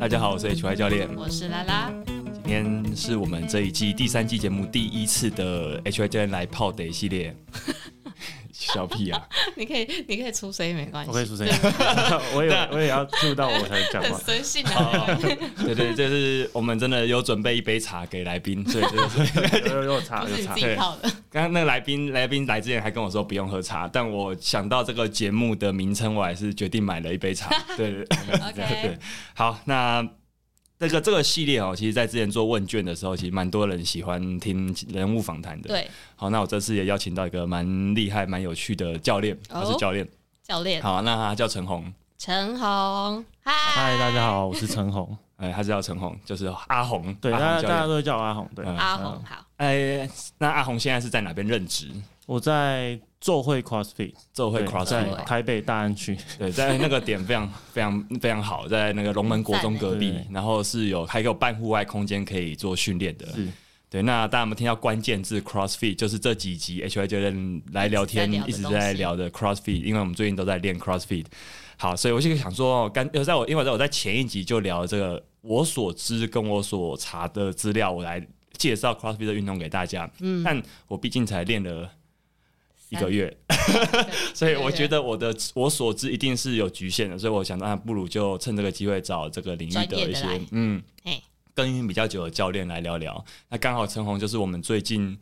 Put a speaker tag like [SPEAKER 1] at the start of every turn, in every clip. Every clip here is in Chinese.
[SPEAKER 1] 大家好，我是 HY 教练，
[SPEAKER 2] 我是拉拉，
[SPEAKER 1] 今天是我们这一季第三季节目第一次的 HY 教练来泡的系 列。小屁啊！
[SPEAKER 2] 你可以你可以出声没关系，
[SPEAKER 3] 我可以出声音， 我也我也要录到我才讲
[SPEAKER 2] 很
[SPEAKER 3] 话。
[SPEAKER 2] 随性的。
[SPEAKER 1] 对对，就是我们真的有准备一杯茶给来宾，所以就是
[SPEAKER 3] 有有有
[SPEAKER 2] 不
[SPEAKER 3] 差有
[SPEAKER 2] 是你
[SPEAKER 3] 差
[SPEAKER 2] 自，己泡的，
[SPEAKER 1] 刚刚那个来宾来宾来之前还跟我说不用喝茶，但我想到这个节目的名称，我还是决定买了一杯 茶。对对对
[SPEAKER 2] OK
[SPEAKER 1] 对对，好，那这个这个系列哦，其实在之前做问卷的时候，其实蛮多人喜欢听人物访谈的。
[SPEAKER 2] 对，
[SPEAKER 1] 好，那我这次也邀请到一个蛮厉害、蛮有趣的教练，他是
[SPEAKER 2] 哦
[SPEAKER 1] 教练。
[SPEAKER 2] 教练
[SPEAKER 1] 好，那他叫陈红，
[SPEAKER 2] 陈红，嗨，
[SPEAKER 3] 嗨，大家好，我是陈红。
[SPEAKER 1] 哎、他是叫陈红，就是阿红。
[SPEAKER 3] 对，
[SPEAKER 1] 阿
[SPEAKER 3] 大
[SPEAKER 1] 红
[SPEAKER 3] 家
[SPEAKER 1] 教
[SPEAKER 3] 大家
[SPEAKER 1] 练。
[SPEAKER 3] 都会叫我阿红。对，
[SPEAKER 1] 嗯
[SPEAKER 2] 阿红好，
[SPEAKER 1] 哎、那阿红现在是在哪边任职？
[SPEAKER 3] 我在做会 CrossFit，
[SPEAKER 1] 就会
[SPEAKER 3] 对
[SPEAKER 1] cross
[SPEAKER 3] 在台北大安区。
[SPEAKER 1] 对，在那个点非常非常非常好，在那个龙门国中隔壁
[SPEAKER 3] 很赞，欸
[SPEAKER 1] 然后是有还有半户外空间可以做训练的。
[SPEAKER 3] 是，
[SPEAKER 1] 对，那大家有没有听到关键字 CrossFit？就是这几集 HY 教练来聊天
[SPEAKER 2] 一
[SPEAKER 1] 一直
[SPEAKER 2] 直在聊的东西
[SPEAKER 1] 在聊的 CrossFit，因为我们最近都在练 CrossFit。好，所以我就想说，干，呃在我因为我在前一集就聊这个我所知跟我所查的资料，我来介绍 CrossFit 的运动给大家。嗯，但我毕竟才练了一个月， 所以我觉得我的我所知一定是有局限的，所以我想到，啊不如就趁这个机会找这个领域
[SPEAKER 2] 专业
[SPEAKER 1] 的
[SPEAKER 2] 的
[SPEAKER 1] 一些
[SPEAKER 2] 来
[SPEAKER 1] 嗯
[SPEAKER 2] 嘿，
[SPEAKER 1] 耕耘比较久的教练来聊聊。那刚好陈红就是我们最近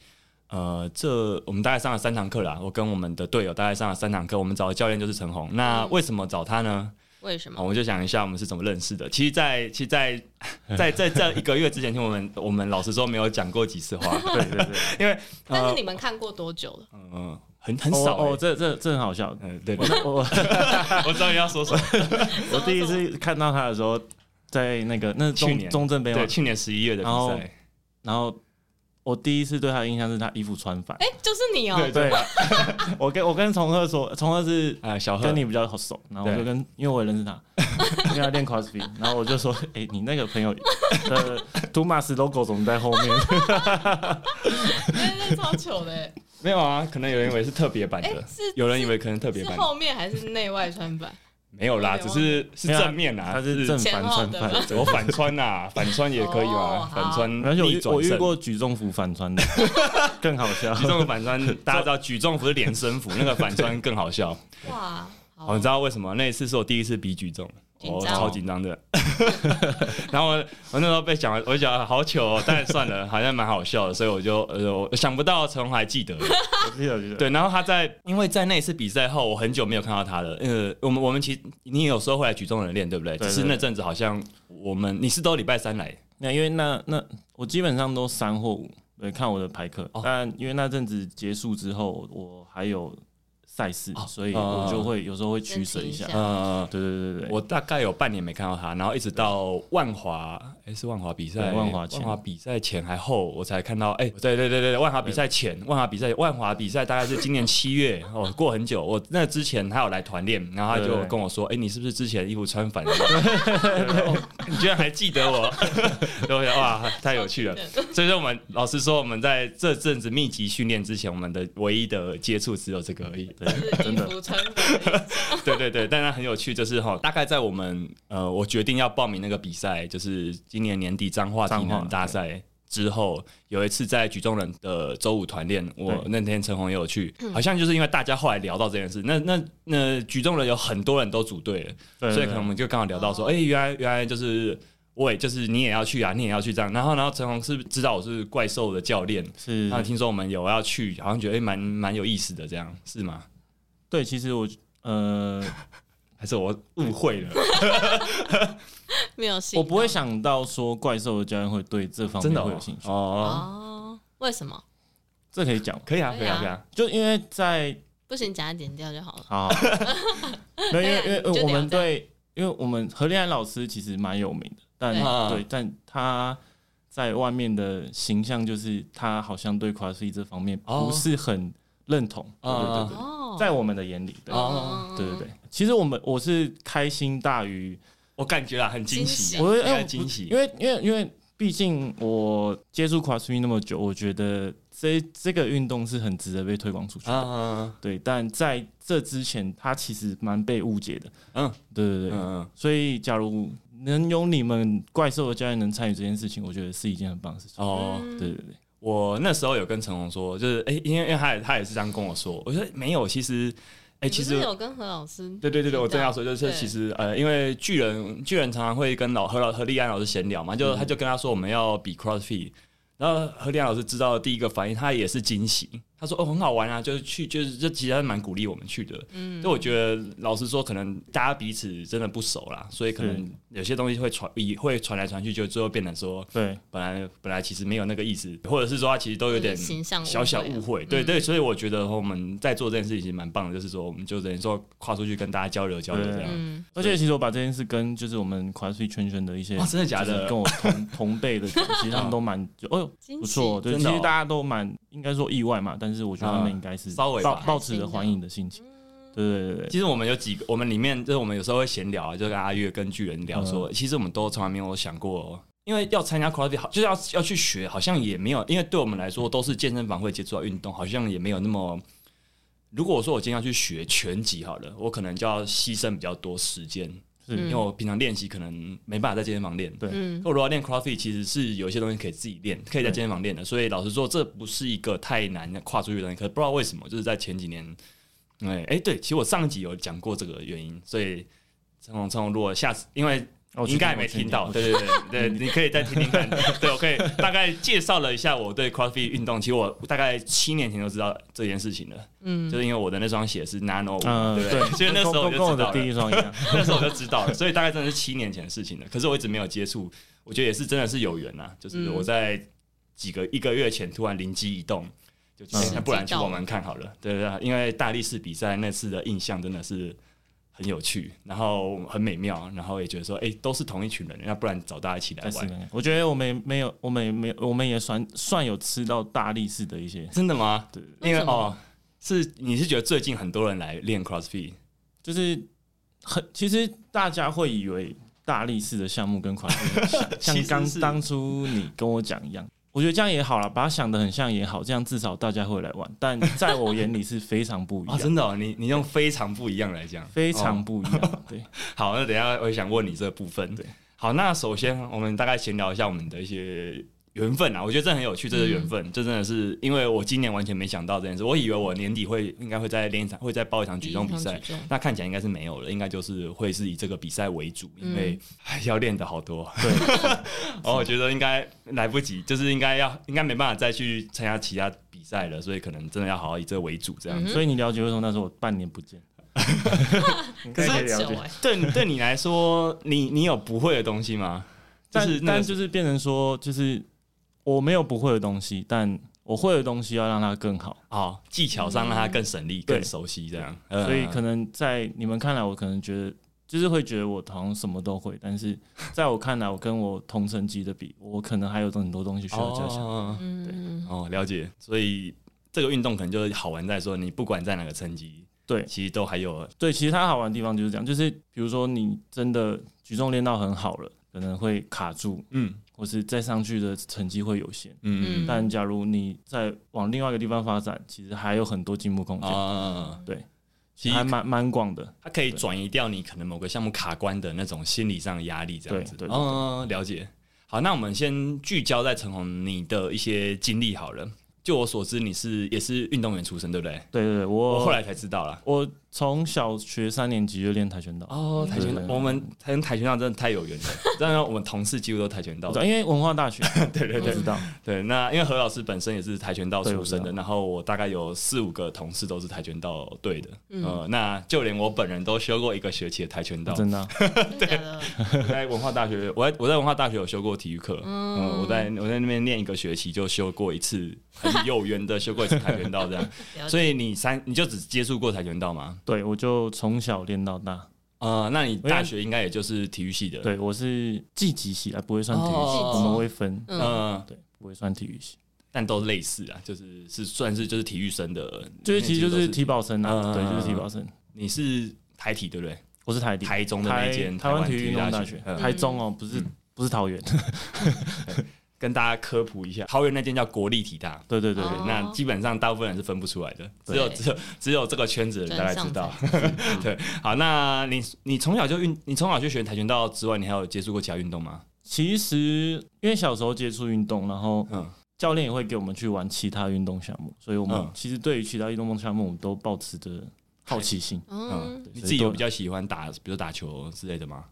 [SPEAKER 1] 呃，这我们大概上了三堂课啦，我跟我们的队友大概上了三堂课，我们找的教练就是陈红。
[SPEAKER 2] 嗯
[SPEAKER 1] 那为什么找他呢？
[SPEAKER 2] 为什么
[SPEAKER 1] 好，我就想一下我们是怎么认识的。其实在，其实在 在在这一个月之前，我们我们老实说没有讲过几次话，
[SPEAKER 3] 对对对，
[SPEAKER 1] 因为
[SPEAKER 2] 但是
[SPEAKER 1] 呃
[SPEAKER 2] 你们看过多久了？
[SPEAKER 1] 嗯、呃很很
[SPEAKER 3] 哦
[SPEAKER 1] 少、欸
[SPEAKER 3] 哦，这这这很 好笑。
[SPEAKER 1] 嗯，对
[SPEAKER 3] 我
[SPEAKER 1] 对，
[SPEAKER 3] 那我
[SPEAKER 1] 我知道你要说什么。
[SPEAKER 3] 我 第一次看到他的时候，在那个那是
[SPEAKER 1] 去
[SPEAKER 3] 中
[SPEAKER 1] 年
[SPEAKER 3] 中正杯嘛
[SPEAKER 1] 对，，去年十一月的比
[SPEAKER 3] 然后
[SPEAKER 1] 赛，
[SPEAKER 3] 然后我第一次对他的印象是他衣服穿反。
[SPEAKER 2] 哎，就是你哦，
[SPEAKER 1] 对
[SPEAKER 3] 对， 我跟我跟从赫说，从赫是
[SPEAKER 1] 啊，小贺
[SPEAKER 3] 跟，你比较熟，然后
[SPEAKER 1] 对
[SPEAKER 3] 我就跟，因为我也认识他， 因为他练 CrossFit，然后我就说，哎、你那个 朋友呃，图马斯 logo 怎么在后面？
[SPEAKER 2] 对对，超糗的，
[SPEAKER 1] 没有啊？可能有人以为是特别版
[SPEAKER 2] 哎
[SPEAKER 1] 的，，
[SPEAKER 2] 是
[SPEAKER 1] 有人以为可能特别
[SPEAKER 2] 是
[SPEAKER 1] 版
[SPEAKER 2] 后面还是内外穿版？
[SPEAKER 1] 没有啦，
[SPEAKER 2] 对
[SPEAKER 1] 只
[SPEAKER 2] 我
[SPEAKER 1] 是是
[SPEAKER 3] 没有啊
[SPEAKER 1] 正面啊，
[SPEAKER 3] 他
[SPEAKER 1] 就是
[SPEAKER 3] 正
[SPEAKER 2] 前
[SPEAKER 3] 反
[SPEAKER 2] 后
[SPEAKER 3] 穿
[SPEAKER 2] 的
[SPEAKER 3] 反，
[SPEAKER 1] 我反穿呐， 反穿也可以
[SPEAKER 2] 哦
[SPEAKER 1] 嘛，
[SPEAKER 2] 好
[SPEAKER 1] 反穿
[SPEAKER 3] 而且我
[SPEAKER 1] 逆
[SPEAKER 3] 遇
[SPEAKER 1] 转
[SPEAKER 3] 我遇
[SPEAKER 1] 胜。
[SPEAKER 3] 过举重服 反穿的，更好笑。
[SPEAKER 1] 举重反穿，大家知道举重不是连身 服，那个反穿更好笑。
[SPEAKER 2] 哇，好
[SPEAKER 1] 哦，你知道为什么？那一次是我第一次比举重，
[SPEAKER 2] 紧
[SPEAKER 1] 我
[SPEAKER 2] 张
[SPEAKER 1] 超紧张的。 然后我我那时候被讲完，我就觉得好糗哦，但算了， 好像蛮好笑的，所以我就呃，我想不到陈红还 记得。
[SPEAKER 3] 我记得我记得
[SPEAKER 1] 对，然后他在，因为在那一次比赛后，我很久没有看到他了。呃，我们我们其实你也有时候会来举重人练，对不对？
[SPEAKER 3] 对
[SPEAKER 1] 只是那阵子好像我们你是都礼拜三来，
[SPEAKER 3] 那因为那那我基本上都三或五，对，看我的排课。
[SPEAKER 1] 哦
[SPEAKER 3] 但因为那阵子结束之后，我还有赛事，
[SPEAKER 1] 哦
[SPEAKER 3] 所以我就会有时候会取舍一下
[SPEAKER 2] 先停一。下
[SPEAKER 1] 呃，
[SPEAKER 3] 对啊对对对对，
[SPEAKER 1] 我大概有半年没看到他，然后一直到万华，哎、是万华比赛，
[SPEAKER 3] 对万华前
[SPEAKER 1] 比赛前还后，我才看到，哎、对对对对，万华比赛前，万华比赛，万华比赛大概是今年七月， 哦，过很久。我那之前他有来团练，然后他
[SPEAKER 3] 对
[SPEAKER 1] 就
[SPEAKER 3] 对对
[SPEAKER 1] 跟我说，哎、你是不是之前衣服穿反了？哦 你居然还记得 我，对我觉得哇，太有趣了。所以说，我们老实说，我们在这阵子密集训练之前，我们的唯一的接触只有这个而已。
[SPEAKER 2] 是衣服穿版，
[SPEAKER 1] 对对对，但它很有趣，就是哈，大概在我们呃，我决定要报名那个比赛，就是今年年底彰化体
[SPEAKER 3] 彰化
[SPEAKER 1] 能大赛之后，有一次在举重人的周五团练，我
[SPEAKER 3] 对
[SPEAKER 1] 那天陈红也有去，好像就是因为大家后来聊到这件事，那那那举重人有很多人都组队了，
[SPEAKER 3] 对对对
[SPEAKER 1] 所以可能我们就刚好聊到说，哎、
[SPEAKER 2] 哦
[SPEAKER 1] 原来原来就是。我也就是你也要去啊，你也要去这样。然后，然后陈红是不是知道我是怪兽的教练，
[SPEAKER 3] 是
[SPEAKER 1] 那听说我们有要去，好像觉得哎蛮蛮有意思的，这样是吗？
[SPEAKER 3] 对，其实我呃，
[SPEAKER 1] 还是我误会了？
[SPEAKER 2] 没有戏，
[SPEAKER 3] 我不会想到说怪兽的教练会对这方
[SPEAKER 1] 真的哦
[SPEAKER 3] 面会有兴趣，
[SPEAKER 1] 哦，
[SPEAKER 2] 哦，为什么？
[SPEAKER 3] 这可以讲吗，
[SPEAKER 1] 可以啊，可
[SPEAKER 2] 可
[SPEAKER 1] 以
[SPEAKER 2] 以
[SPEAKER 1] 啊，
[SPEAKER 2] 啊
[SPEAKER 1] 可以啊。
[SPEAKER 3] 就因为在
[SPEAKER 2] 不行，讲剪掉就好了。
[SPEAKER 3] 啊， 没有，因为因为
[SPEAKER 2] 就
[SPEAKER 3] 因为
[SPEAKER 2] 聊
[SPEAKER 3] 我们
[SPEAKER 2] 这样
[SPEAKER 3] 对，因为我们何立安老师其实蛮有名的，但
[SPEAKER 2] 对
[SPEAKER 1] 啊
[SPEAKER 3] 对，但他在外面的形象就是他好像对 CrossFit 这方面
[SPEAKER 1] 哦
[SPEAKER 3] 不是很认同，对
[SPEAKER 1] 啊
[SPEAKER 3] 对对对，
[SPEAKER 2] 哦，
[SPEAKER 3] 在我们的眼里，对
[SPEAKER 1] 哦
[SPEAKER 3] 对对对，其实我们我是开心大于
[SPEAKER 1] 我感觉啊，很惊喜啊，
[SPEAKER 2] 惊
[SPEAKER 3] 我会
[SPEAKER 1] 应该
[SPEAKER 3] 哎
[SPEAKER 1] 惊喜
[SPEAKER 3] 因。为因为因为毕竟我接触 CrossFit 那么久，我觉得这这个运动是很值得被推广出去的。
[SPEAKER 1] 啊，
[SPEAKER 3] 对，但在这之前，它其实蛮被误解的。
[SPEAKER 1] 嗯
[SPEAKER 3] 对对对。
[SPEAKER 1] 嗯嗯，
[SPEAKER 3] 所以，假如能有你们怪兽的家人能参与这件事情，我觉得是一件很棒的事情。
[SPEAKER 1] 哦，
[SPEAKER 3] 对对对，
[SPEAKER 1] 我那时候有跟陈红说，就是哎、诶因为因为他也他也是这样跟我说，我说没有，其实哎、
[SPEAKER 2] 你不
[SPEAKER 1] 其
[SPEAKER 2] 是
[SPEAKER 1] 实
[SPEAKER 2] 有跟何老师
[SPEAKER 1] 对对对对，我
[SPEAKER 2] 知
[SPEAKER 1] 正
[SPEAKER 2] 道
[SPEAKER 1] 要说，就是
[SPEAKER 2] 对
[SPEAKER 1] 其实呃，因为巨人巨人常常会跟老何老何立安老师闲聊嘛，就、他就跟他说我们要比 CrossFit，然后何立安老师知道的第一个反应，他也是惊喜，他说哦很好玩啊，就是去就是这其实还蛮鼓励我们去的，嗯，就我觉得老实说，可能大家彼此真的不熟啦，所以可能有些东西会传以会传来传去，就最后变成说
[SPEAKER 3] 对，
[SPEAKER 1] 本来本来其实没有那个意思，或者是说他其实都有点
[SPEAKER 2] 嗯形象误会啊
[SPEAKER 1] 小小误会，对对，所以我觉得我们在做这件事情其实蛮棒的，就是说我们就等于说跨出去跟大家交流交流这样。
[SPEAKER 2] 嗯，
[SPEAKER 3] 而且其实我把这件事跟就是我们 CrossFit 圈圈的一些
[SPEAKER 1] 哇，，哦真的假
[SPEAKER 3] 就是
[SPEAKER 1] 的
[SPEAKER 3] 跟？我同 同辈的，其 实他们都蛮就哦呦
[SPEAKER 2] 惊
[SPEAKER 3] 不
[SPEAKER 2] 喜
[SPEAKER 3] 错，对，
[SPEAKER 1] 真
[SPEAKER 3] 其
[SPEAKER 1] 的哦
[SPEAKER 3] 实大家都蛮应该说意外嘛，但是我觉得他们应该是
[SPEAKER 1] 嗯稍微
[SPEAKER 3] 抱
[SPEAKER 1] 吧
[SPEAKER 3] 抱持着欢迎的心情，
[SPEAKER 1] 嗯
[SPEAKER 3] 对对对对
[SPEAKER 1] 其实我们有几个，我们里面就是我们有时候会闲聊啊，就跟阿月跟巨人聊
[SPEAKER 3] 嗯
[SPEAKER 1] 说，其实我们都从来没有想过。因为要参加 CrossFit，好就是要要去学，好像也没有，因为对我们来说都是健身房会接触到运动，好像也没有那么。如果我说我今天要去学拳击好了，我可能就要牺牲比较多时间，因
[SPEAKER 3] 是
[SPEAKER 1] 为我平常练习可能没办法在健身房练。
[SPEAKER 3] 对
[SPEAKER 2] 嗯，
[SPEAKER 1] 我如果要练 CrossFit，其实是有一些东西可以自己练，可以在健身房练的。所以老实说，这不是一个太难跨出去的东西。可是不知道为什么，就是在前几年，哎哎，对，其实我上一集有讲过这个原因，所以。陈红，陈红，如果下次，因为
[SPEAKER 3] 哦我去
[SPEAKER 1] 应该也
[SPEAKER 3] 听
[SPEAKER 1] 没
[SPEAKER 3] 我去
[SPEAKER 1] 听到，
[SPEAKER 3] 我
[SPEAKER 1] 对对对对，
[SPEAKER 3] 嗯
[SPEAKER 1] 你可以再听听看。对，我可以大概介绍了一下我对 CrossFit 运动，其实我大概七年前就知道这件事情了，嗯，就是因为我的那双鞋是 Nano，五
[SPEAKER 3] 嗯
[SPEAKER 1] 对不 对，所以那时候我
[SPEAKER 3] 跟
[SPEAKER 1] 就
[SPEAKER 3] 跟我
[SPEAKER 1] 知道
[SPEAKER 3] 的
[SPEAKER 1] 了
[SPEAKER 3] 第一双 一样，
[SPEAKER 1] 那时候我就知道了，所以大概真的是七年前的事情了。可是我一直没有接触，我觉得也是真的是有缘呐、就是
[SPEAKER 2] 嗯
[SPEAKER 1] 我在几个一个月前突然灵机一动，就去
[SPEAKER 3] 嗯
[SPEAKER 1] 那不然去玩玩看好了。对对对，因为大力士比赛那次的印象真的是很有趣，然后很美妙，然后也觉得说，哎、都是同一群人，那不然找大家一起来
[SPEAKER 3] 再试看
[SPEAKER 1] 玩。
[SPEAKER 3] 看。我觉得我们也没有，我们也没有，我们也算算有吃到大力士的一些，
[SPEAKER 1] 真的吗？
[SPEAKER 3] 对，
[SPEAKER 1] 因为
[SPEAKER 2] 为什么
[SPEAKER 1] 哦，是你是觉得最近很多人来练 CrossFit，
[SPEAKER 3] 就是很其实大家会以为大力士的项目跟款式 很
[SPEAKER 1] 其实
[SPEAKER 3] 像，像
[SPEAKER 1] 是
[SPEAKER 3] 刚当初你跟我讲一样。我觉得这样也好了，把它想的很像也好，这样至少大家会来玩。但在我眼里是非常不一
[SPEAKER 1] 啊、
[SPEAKER 3] 样，
[SPEAKER 1] 真的、哦，你你用非常不一样来讲，
[SPEAKER 3] 非
[SPEAKER 1] 哦
[SPEAKER 3] 常不一样。对，
[SPEAKER 1] 好，那等一下我也想问你这部分。
[SPEAKER 3] 对，
[SPEAKER 1] 好，那首先我们大概闲聊一下我们的一些缘分啊，我觉得这很有趣，这是
[SPEAKER 2] 嗯
[SPEAKER 1] 缘分，这真的是因为我今年完全没想到这件事，我以为我年底会应该会再练一场，会再报一场举重比赛
[SPEAKER 2] 第一场举重，
[SPEAKER 1] 那看起来应该是没有了，应该就是会是以这个比赛为主，因为
[SPEAKER 2] 嗯
[SPEAKER 1] 唉要练的好多。 对， 哦，我觉得应该来不及，就是应该要应该没办法再去参加其他比赛了，所以可能真的要好好以这为主这样子。
[SPEAKER 3] 所以你了解为什么那时候我半年不见？
[SPEAKER 2] 很久
[SPEAKER 3] 可以了解，
[SPEAKER 2] 哎，
[SPEAKER 1] 对，对你来说，你你有不会的东西吗？就
[SPEAKER 3] 但
[SPEAKER 1] 是那
[SPEAKER 3] 但
[SPEAKER 1] 个
[SPEAKER 3] 就是变成说，就是我没有不会的东西，但我会的东西要让它更好。
[SPEAKER 1] 哦，技巧上让他更省力、
[SPEAKER 3] 嗯对
[SPEAKER 1] 更熟悉这样，嗯
[SPEAKER 3] 所以可
[SPEAKER 1] 能
[SPEAKER 3] 能在你们看来，我可能觉得就是会觉得我好像什么都会，但是在我看来，我跟我同层级的比，我可能还有很多东西需要加强。
[SPEAKER 1] 哦
[SPEAKER 2] 嗯，
[SPEAKER 1] 哦，了解。所以这个运动可能就是好玩在说，你不管在哪个层级，
[SPEAKER 3] 对
[SPEAKER 1] 其实都还有
[SPEAKER 3] 对，其实它好玩的地方就是这样，就是比如说你真的举重练到很好了，可能会卡住，
[SPEAKER 1] 嗯
[SPEAKER 3] 或是再上去的成绩会有限。
[SPEAKER 1] 嗯
[SPEAKER 2] 嗯
[SPEAKER 3] 但假如你再往另外一个地方发展，其实还有很多进步空
[SPEAKER 1] 啊、
[SPEAKER 3] 间，
[SPEAKER 1] 哦，
[SPEAKER 3] 对，
[SPEAKER 1] 其实
[SPEAKER 3] 还蛮蛮广的。
[SPEAKER 1] 它可以转移掉你可能某个项目卡关的那种心理上的压力，这样子。
[SPEAKER 3] 对对对
[SPEAKER 1] 哦，了解。好，那我们先聚焦在陈红你的一些经历好了。就我所知，你是也是运动员出身，对不对？
[SPEAKER 3] 对对对，
[SPEAKER 1] 我
[SPEAKER 3] 我
[SPEAKER 1] 后来才知道啦。
[SPEAKER 3] 我从小学三年级就练跆拳道。
[SPEAKER 1] 哦，跆拳道
[SPEAKER 3] 对，
[SPEAKER 1] 我们跟跆拳道真的太有缘了。 当然，我们同事几乎都跆拳道
[SPEAKER 3] 我知。道因为文化大学，
[SPEAKER 1] 对对
[SPEAKER 3] 我
[SPEAKER 1] 对
[SPEAKER 3] 知道，
[SPEAKER 1] 对，那因为何老师本身也是跆拳道
[SPEAKER 3] 对
[SPEAKER 1] 出
[SPEAKER 3] 我知
[SPEAKER 1] 身
[SPEAKER 3] 道
[SPEAKER 1] 的，然后我大概有四五个同事都是跆拳道队的。
[SPEAKER 3] 嗯
[SPEAKER 1] 呃，那就连我本人都修过一个学期的跆拳道。
[SPEAKER 3] 真的啊、
[SPEAKER 2] 真的假 的？
[SPEAKER 1] 我在文化大学，我在我在文化大学有修过体育课。嗯、我在我在那边念一个学期就修过一次，很有缘的修过一次跆拳道 这样。
[SPEAKER 2] 了解
[SPEAKER 1] 所以你三你就只接触过跆拳道吗？
[SPEAKER 3] 对，我就从小练到大。
[SPEAKER 1] 呃，那你大学应该也就是体育系的。
[SPEAKER 3] 对，我是技击系啊，不会算体育系，
[SPEAKER 1] 哦
[SPEAKER 3] 我们会分。
[SPEAKER 1] 嗯、
[SPEAKER 2] 嗯，
[SPEAKER 3] 对，不会算体育系，
[SPEAKER 1] 但都类似啊，就是是算是就是体育生的，
[SPEAKER 3] 就是其实就
[SPEAKER 1] 那几乎
[SPEAKER 3] 是
[SPEAKER 1] 都
[SPEAKER 3] 体保生
[SPEAKER 1] 嗯
[SPEAKER 3] 啊，对，
[SPEAKER 1] 嗯
[SPEAKER 3] 就是体保生。
[SPEAKER 1] 你是台体对不对？
[SPEAKER 3] 我是台体，
[SPEAKER 1] 台中的那
[SPEAKER 3] 台
[SPEAKER 1] 间
[SPEAKER 3] 台湾
[SPEAKER 1] 体
[SPEAKER 3] 体育运动
[SPEAKER 1] 大
[SPEAKER 3] 大学，
[SPEAKER 1] 嗯
[SPEAKER 3] 台中哦，不是不是桃园，
[SPEAKER 1] 跟大家科普一下，桃园那间叫国立体大。
[SPEAKER 3] 对对对
[SPEAKER 1] 对
[SPEAKER 2] 哦，
[SPEAKER 1] 那基本上大部分人是分不出来的，只有
[SPEAKER 2] 对
[SPEAKER 1] 只有只有这个圈子的人大概知道。
[SPEAKER 3] 嗯
[SPEAKER 1] 对，好，那你你从小就运，你从小就学跆拳道之外，你还有接触过其他运动吗？
[SPEAKER 3] 其实因为小时候接触运动，然后
[SPEAKER 1] 嗯，
[SPEAKER 3] 教练也会给我们去玩其他运动项目，所以我们
[SPEAKER 1] 嗯
[SPEAKER 3] 其实对于其他运动项目，我们都保持着好奇心。
[SPEAKER 2] 嗯，
[SPEAKER 3] 对
[SPEAKER 1] 你自
[SPEAKER 3] 所以
[SPEAKER 1] 己有
[SPEAKER 3] 都
[SPEAKER 1] 比较喜欢打，比如打球之类的吗？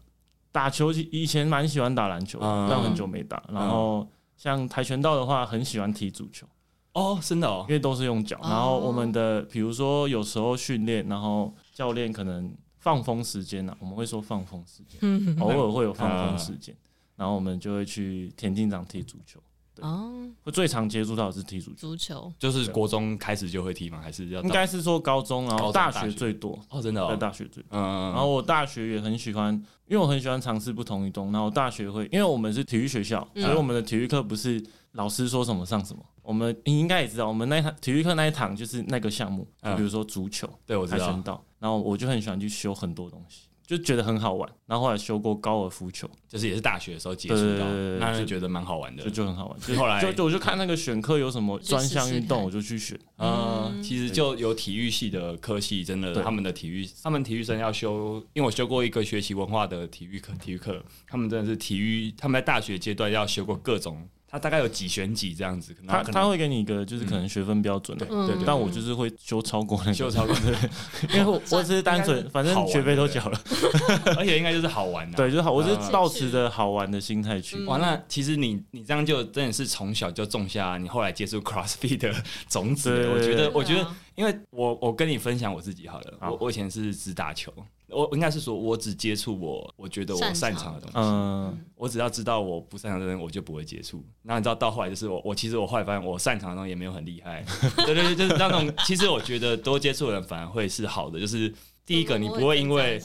[SPEAKER 3] 打球，其以前蛮喜欢打篮球的，
[SPEAKER 1] 嗯
[SPEAKER 3] 但很久没打。然后像跆拳道的话，很喜欢踢足球，
[SPEAKER 1] 哦，真的哦
[SPEAKER 3] 因，为都是用脚。然后我们的比如说有时候训练，然后教练可能放风时间啊呢、我们会说放风时间，
[SPEAKER 2] 嗯，
[SPEAKER 3] 偶尔会有放风时间，然后我们就会去田径场踢足球。对
[SPEAKER 2] 哦，
[SPEAKER 3] 会最常接触到的是踢足球，
[SPEAKER 2] 足球，
[SPEAKER 1] 就是国中开始就会踢吗？还是要到
[SPEAKER 3] 应该是说高中，然
[SPEAKER 1] 高
[SPEAKER 3] 后
[SPEAKER 1] 中
[SPEAKER 3] 大
[SPEAKER 1] 大
[SPEAKER 3] 学
[SPEAKER 1] 学
[SPEAKER 3] 最多，
[SPEAKER 1] 哦，真的
[SPEAKER 3] 在
[SPEAKER 1] 哦，
[SPEAKER 3] 大学最多。
[SPEAKER 1] 嗯，
[SPEAKER 3] 然后我大学也很喜欢，因为我很喜欢尝试不同运动。然后大学会，因为我们是体育学校，
[SPEAKER 2] 嗯
[SPEAKER 3] 所以我们的体育课不是老师说什么上什么。我们你应该也知道，我们那一堂体育课那一堂就是那个项目，
[SPEAKER 1] 嗯
[SPEAKER 3] 就比如说足球、
[SPEAKER 1] 对我知
[SPEAKER 3] 跆
[SPEAKER 1] 道
[SPEAKER 3] 拳，道。然后我就很喜欢去修很多东西，就觉得很好玩。然后后来修过高尔夫球，
[SPEAKER 1] 就是也是大学的时候接触
[SPEAKER 3] 对对
[SPEAKER 1] 到
[SPEAKER 3] 对对，对
[SPEAKER 1] 那就
[SPEAKER 3] 就
[SPEAKER 1] 觉得蛮好玩的
[SPEAKER 3] 就。就很好玩。就
[SPEAKER 1] 后来
[SPEAKER 3] 就就我就看那个选课有什么
[SPEAKER 2] 去试
[SPEAKER 3] 专项运动，
[SPEAKER 2] 试
[SPEAKER 3] 我就去选。
[SPEAKER 1] 嗯，
[SPEAKER 2] 嗯
[SPEAKER 1] 其实就有体育系的科系，真的
[SPEAKER 3] 对
[SPEAKER 1] 他们的体育，他们体育生要修，因为我修过一个学习文化的体育课，体育课，他们真的是体育，他们在大学阶段要修过各种，他大概有几选几这样子，可能
[SPEAKER 3] 他
[SPEAKER 1] 可
[SPEAKER 3] 他
[SPEAKER 1] 能
[SPEAKER 3] 会给你一个就是可能学分标准啊的，
[SPEAKER 2] 嗯
[SPEAKER 1] 对对
[SPEAKER 3] 但我就是会修超过那
[SPEAKER 1] 修
[SPEAKER 3] 个，
[SPEAKER 1] 超过，
[SPEAKER 3] 因为我我只是单纯反正
[SPEAKER 1] 好玩
[SPEAKER 3] 学费都
[SPEAKER 1] 对
[SPEAKER 3] 缴了。
[SPEAKER 1] 而且应该就是好玩的、
[SPEAKER 3] 对，就是好，我就是
[SPEAKER 1] 嗯
[SPEAKER 3] 抱持着好玩的心态去。
[SPEAKER 2] 嗯
[SPEAKER 1] 哇，那其实你你这样就真的是从小就种下你后来接触 CrossFit 的种子
[SPEAKER 3] 对
[SPEAKER 1] 了。我觉
[SPEAKER 2] 对
[SPEAKER 1] 得，
[SPEAKER 2] 啊
[SPEAKER 1] 我觉得，因为我我跟你分享我自己好了，
[SPEAKER 3] 好
[SPEAKER 1] 我我以前是只打球，我我应该是说我只接触我我觉得我
[SPEAKER 2] 擅
[SPEAKER 1] 擅
[SPEAKER 2] 长
[SPEAKER 1] 长的
[SPEAKER 2] 的
[SPEAKER 1] 东西。
[SPEAKER 3] 嗯，
[SPEAKER 1] 我只要知道我不擅长的东西，我就不会接触。那你知道到后来就是我，我其实我后来发现我擅长的东西也没有很厉 害。对对对，就是那种。其实我觉得多接触的人反而会是好的，就是第一个你不会因为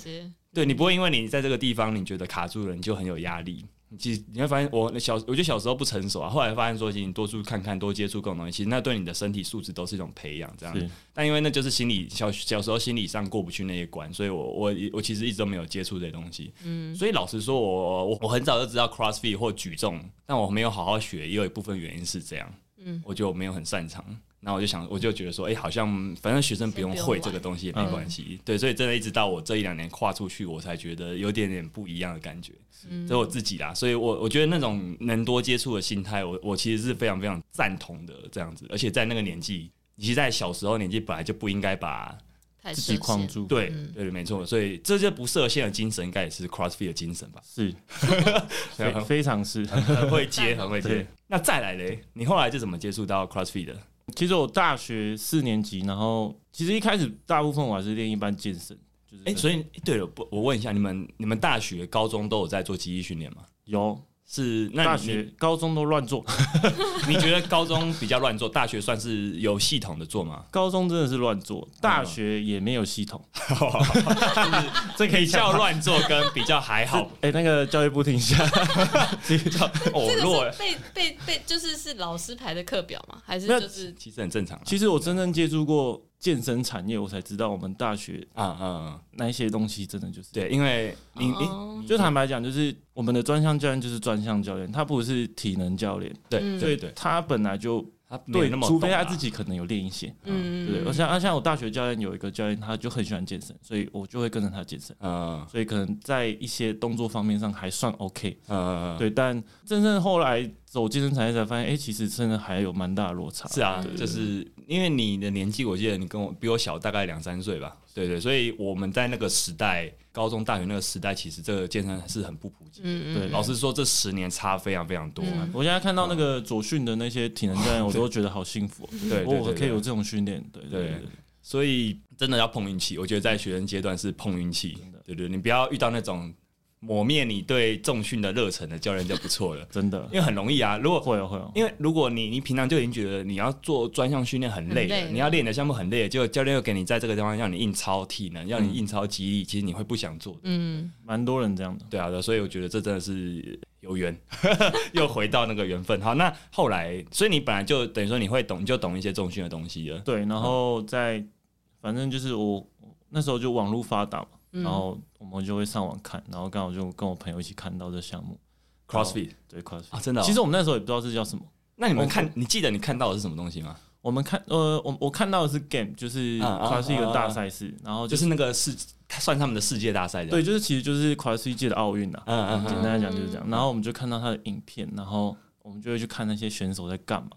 [SPEAKER 1] 对你不会因为你在这个地方你觉得卡住了，你就很有压力。你其实你会发现我，小我觉得小时候不成熟啊，后来发现说，其实你多出看看，多接触各种东西，其实那对你的身体素质都是一种培养。这
[SPEAKER 3] 是
[SPEAKER 1] 样，但因为那就是心理小小时候心理上过不去那一关，所以我我我其实一直都没有接触这些东西。
[SPEAKER 2] 嗯，
[SPEAKER 1] 所以老实说我，我我很早就知道 CrossFit 或举重，但我没有好好学，也有一部分原因是这样，
[SPEAKER 2] 嗯
[SPEAKER 1] 我觉得我没有很擅长。那我就想，我就觉得说，哎、好像反正学生不用
[SPEAKER 2] 先不用
[SPEAKER 1] 会
[SPEAKER 2] 玩
[SPEAKER 1] 这个东西也没关系，对，所以真的一直到我这一两年跨出去，我才觉得有点点不一样的感觉，
[SPEAKER 2] 嗯
[SPEAKER 1] 这、是我自己啦，所以我我觉得那种能多接触的心态，我我其实是非常非常赞同的这样子，而且在那个年纪，其实在小时候年纪本来就不应该把
[SPEAKER 2] 太
[SPEAKER 3] 自己
[SPEAKER 2] 设
[SPEAKER 3] 框
[SPEAKER 2] 限
[SPEAKER 3] 住，，
[SPEAKER 1] 对、
[SPEAKER 2] 嗯
[SPEAKER 1] 对，没错，所以这些不设限的精神，应该也是 CrossFit 的精神吧。
[SPEAKER 3] 是，
[SPEAKER 1] 对
[SPEAKER 3] 非非常是。
[SPEAKER 1] 很会 接，很会接
[SPEAKER 3] 对。
[SPEAKER 1] 那再来嘞，你后来是怎么接触到 CrossFit 的？
[SPEAKER 3] 其实我大学四年级，然后其实一开始大部分我还是练一般健身，就是
[SPEAKER 1] 哎、所以对了，不，我问一下，你们你们大学、高中都有在做记忆训练吗？
[SPEAKER 3] 有
[SPEAKER 1] 是，那你
[SPEAKER 3] 大学、高中都乱做，
[SPEAKER 1] 你你觉得高中比较乱做，大学算是有系统的做吗？
[SPEAKER 3] 高中真的是乱做，
[SPEAKER 1] 嗯
[SPEAKER 3] 大学也没有系统，这可以
[SPEAKER 1] 比
[SPEAKER 3] 讲
[SPEAKER 1] 较
[SPEAKER 3] 吗。
[SPEAKER 1] 乱做跟比较还 好，
[SPEAKER 3] 哎，那个教育部停下，
[SPEAKER 1] 哦
[SPEAKER 2] 这，
[SPEAKER 1] 弱
[SPEAKER 2] 个，是被被被，就是是老师排的课表吗？还是
[SPEAKER 3] 没有
[SPEAKER 2] 就是
[SPEAKER 1] 其实很正常啊。
[SPEAKER 3] 其实我真正接触过健身产业，我才知道我们大学
[SPEAKER 1] 啊啊、嗯
[SPEAKER 3] 那一些东西真的就是
[SPEAKER 1] 对，因为你
[SPEAKER 3] 啊
[SPEAKER 1] 你、
[SPEAKER 2] 哦
[SPEAKER 1] 你
[SPEAKER 3] 就坦白讲，就是我们的专项教练就是专项教练，他不是体能教练，
[SPEAKER 1] 对
[SPEAKER 2] 嗯
[SPEAKER 3] 所
[SPEAKER 1] 对
[SPEAKER 3] 以
[SPEAKER 1] 对，
[SPEAKER 3] 他本来就
[SPEAKER 1] 他没有
[SPEAKER 3] 对
[SPEAKER 1] 那，么
[SPEAKER 3] 除非
[SPEAKER 1] 懂啊
[SPEAKER 3] 他自己可能有练一些，
[SPEAKER 2] 嗯，
[SPEAKER 3] 对。而
[SPEAKER 2] 嗯
[SPEAKER 3] 像啊，像我大学教练有一个教练，他就很喜欢健身，所以我就会跟着他健身，
[SPEAKER 1] 嗯
[SPEAKER 3] 所以可能在一些动作方面上还算 OK，
[SPEAKER 1] 嗯嗯，嗯
[SPEAKER 3] 对。但真正后来走健身产业才发现，哎，其实真的还有蛮大的落差，
[SPEAKER 1] 是啊，
[SPEAKER 2] 对
[SPEAKER 1] 就是因为你的年纪，我记得你跟我比我小大概两三岁吧，对对，所以我们在那个时代，高中、大学那个时代，其实这个健身是很不普及。
[SPEAKER 2] 嗯
[SPEAKER 3] 对
[SPEAKER 1] 老实说，这十年差非常非常多。啊
[SPEAKER 2] 嗯
[SPEAKER 3] 我现在看到那个左训的那些体能教 练，我都觉得好幸福哦，
[SPEAKER 1] 对对对
[SPEAKER 3] 我可以有
[SPEAKER 1] 对
[SPEAKER 3] 这种训练，对对
[SPEAKER 1] 对
[SPEAKER 3] 对。
[SPEAKER 1] 所以真的要碰运气。我觉得在学生阶段是碰运气
[SPEAKER 3] 真的，，
[SPEAKER 1] 对对，你不要遇到那种抹灭你对重训的热忱的教练就不错了
[SPEAKER 3] 真的
[SPEAKER 1] 因为很容易啊。如果
[SPEAKER 3] 会哦会哦，
[SPEAKER 1] 因为如果你你平常就已经觉得你要做专项训练很累了，
[SPEAKER 2] 很累了
[SPEAKER 1] 你要练你的项目很累了，结果教练又给你在这个地方让你硬操体能，让你硬操肌力，其实你会不想做的。
[SPEAKER 2] 嗯，
[SPEAKER 3] 蛮多人这样的。
[SPEAKER 1] 对啊，对啊所以我觉得这真的是有缘， 又回到那个缘分。好，那后来，所以你本来就等于说你会懂，你就懂一些重训的东西了。
[SPEAKER 3] 对，然后在反正就是我那时候就网络发达嘛，
[SPEAKER 2] 嗯
[SPEAKER 3] 然后我们就会上网看，然后刚好就跟我朋友一起看到这项目，
[SPEAKER 1] CrossFit
[SPEAKER 3] 对 CrossFit
[SPEAKER 1] 啊，真的哦、
[SPEAKER 3] 其实我们那时候也不知道这叫什么，
[SPEAKER 1] 那你们看，你记得你看到的是什么东西吗？
[SPEAKER 3] 我们看呃，我我看到的是 game，就是
[SPEAKER 1] 啊啊
[SPEAKER 3] CrossFit
[SPEAKER 1] 啊
[SPEAKER 3] 的
[SPEAKER 1] 啊
[SPEAKER 3] 大赛事，然后
[SPEAKER 1] 就
[SPEAKER 3] 就是
[SPEAKER 1] 是那个世算他们的世界大赛的，
[SPEAKER 3] 对，就是其实就是 CrossFit 界的奥运啊，
[SPEAKER 1] 嗯，嗯嗯
[SPEAKER 3] 简单来讲就是这样。然后我们就看到他的影片，然后我们就会去看那些选手在干嘛，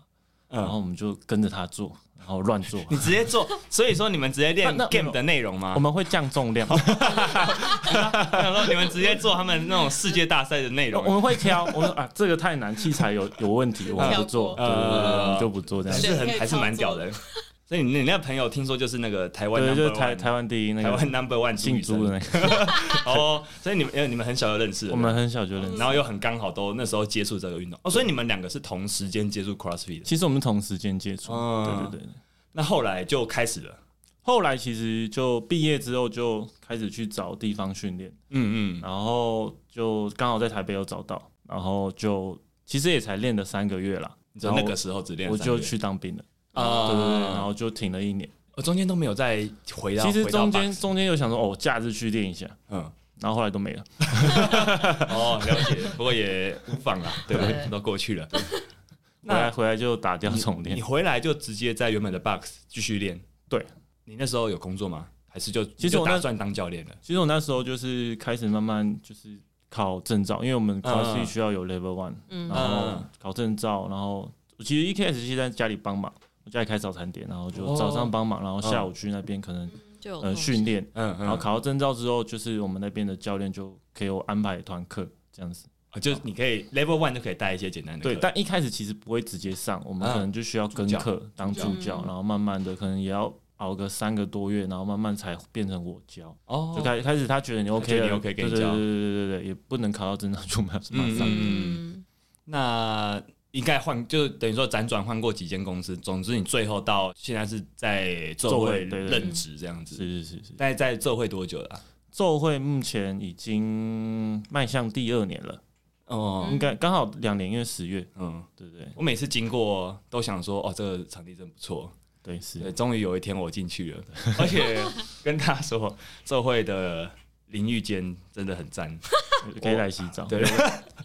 [SPEAKER 1] 嗯，
[SPEAKER 3] 然后我们就跟着他做，然后乱 做。
[SPEAKER 1] 你直接做，所以说你们直接练
[SPEAKER 3] 那那
[SPEAKER 1] game 的内容吗
[SPEAKER 3] 我？们会降重量，
[SPEAKER 1] 我想说你们直接做他们那种世界大赛的内
[SPEAKER 3] 我
[SPEAKER 1] 容，
[SPEAKER 3] 们会挑。我们啊，这个太难，器材有有问题，我们不做，
[SPEAKER 1] 跳
[SPEAKER 3] 对
[SPEAKER 1] 过
[SPEAKER 3] 对对对
[SPEAKER 1] 呃
[SPEAKER 3] 我们就不做这
[SPEAKER 1] 还
[SPEAKER 3] 样。
[SPEAKER 1] 是很还是蛮屌的。所以你你那个朋友听说就是那个台湾
[SPEAKER 3] 对，就
[SPEAKER 1] number
[SPEAKER 3] 是台
[SPEAKER 1] one，
[SPEAKER 3] 台湾第一那
[SPEAKER 1] 台
[SPEAKER 3] 个
[SPEAKER 1] 湾 number one
[SPEAKER 3] 姓朱的那个，
[SPEAKER 1] 哦，所以你们呃你们很小就认识了，嗯
[SPEAKER 3] 我们很小就认识。
[SPEAKER 1] 然后又很刚好都那时候接触这个运动哦，所以你们两个是同时间接触 CrossFit 的，
[SPEAKER 3] 其实我们同时间接触，
[SPEAKER 1] 嗯
[SPEAKER 3] 对对对。
[SPEAKER 1] 那后来就开始了，
[SPEAKER 3] 后来其实就毕业之后就开始去找地方训练，
[SPEAKER 1] 嗯嗯，
[SPEAKER 3] 然后就刚好在台北有找到，然后就其实也才练了三个月啦，
[SPEAKER 1] 你知道
[SPEAKER 3] 然
[SPEAKER 1] 那
[SPEAKER 3] 后
[SPEAKER 1] 个时候只练
[SPEAKER 3] 我
[SPEAKER 1] 三个
[SPEAKER 3] 就
[SPEAKER 1] 月
[SPEAKER 3] 去当兵了，
[SPEAKER 1] 啊，
[SPEAKER 3] 对对对，然后就停了一年。
[SPEAKER 1] 我哦中间都没有再回到，
[SPEAKER 3] 其实
[SPEAKER 1] 回到
[SPEAKER 3] 中间
[SPEAKER 1] box
[SPEAKER 3] 中间有想说哦，假日去练一下，
[SPEAKER 1] 嗯
[SPEAKER 3] 然后后来都没了。
[SPEAKER 1] 哦了解，不过也无妨啦，对不对？
[SPEAKER 2] 对
[SPEAKER 1] 都过去了。
[SPEAKER 3] 回来回来就打掉重
[SPEAKER 1] 你
[SPEAKER 3] 练。
[SPEAKER 1] 回来就直接在原本的 box 继续练，
[SPEAKER 3] 对
[SPEAKER 1] 你那时候有工作吗？还是就
[SPEAKER 3] 其实
[SPEAKER 1] 你就
[SPEAKER 3] 我那
[SPEAKER 1] 打算当教练了？
[SPEAKER 3] 其实我那时候就是开始慢慢就是考证照，因为我们考
[SPEAKER 1] 嗯嗯
[SPEAKER 3] 试需要有 level one，、
[SPEAKER 2] 嗯
[SPEAKER 3] 然后考证照，然后我其实一开始是在家里帮忙，我家里开早餐店，然后就早上帮忙，然后下午去那边可能、
[SPEAKER 2] 就有
[SPEAKER 3] 呃
[SPEAKER 2] 空
[SPEAKER 3] 训练，
[SPEAKER 1] 嗯嗯，
[SPEAKER 3] 然后考到证照之后，就是我们那边的教练就给我安排团课这样子。
[SPEAKER 1] 啊就是你可以 level one 就可以带一些简单的课，
[SPEAKER 3] 对，但一开始其实不会直接上，我们
[SPEAKER 1] 嗯
[SPEAKER 3] 可能就需要跟
[SPEAKER 1] 助教
[SPEAKER 3] 课当助
[SPEAKER 2] 助
[SPEAKER 3] 教
[SPEAKER 2] 教，
[SPEAKER 3] 然后慢慢的可能也要熬个三个多月，然后慢慢才变成我教。
[SPEAKER 1] 哦
[SPEAKER 3] 就开开始他觉得你 OK
[SPEAKER 1] 觉得
[SPEAKER 3] 了，
[SPEAKER 1] 你 OK 给你
[SPEAKER 3] 对对
[SPEAKER 1] 教
[SPEAKER 3] 对对对对，也不能考到证照就马上马上。
[SPEAKER 1] 嗯
[SPEAKER 2] 嗯，
[SPEAKER 1] 那应该换，就等于说辗转换过几间公司，总之你最后到现在是在奏会
[SPEAKER 3] 奏会对对
[SPEAKER 1] 任职这样子。
[SPEAKER 3] 是是是是，
[SPEAKER 1] 大概在奏会多久了啊、
[SPEAKER 3] 奏会目前已经迈向第二年了，
[SPEAKER 1] 哦，
[SPEAKER 3] 应该刚好两年，因为十月，
[SPEAKER 1] 嗯，
[SPEAKER 3] 对不对？
[SPEAKER 1] 我每次经过都想说，哦，这个场地真不错。
[SPEAKER 3] 对是
[SPEAKER 1] 对，终于有一天我进去了， 而且跟他说，奏会的淋浴间真的很赞。
[SPEAKER 3] 可以来洗澡。
[SPEAKER 1] 对，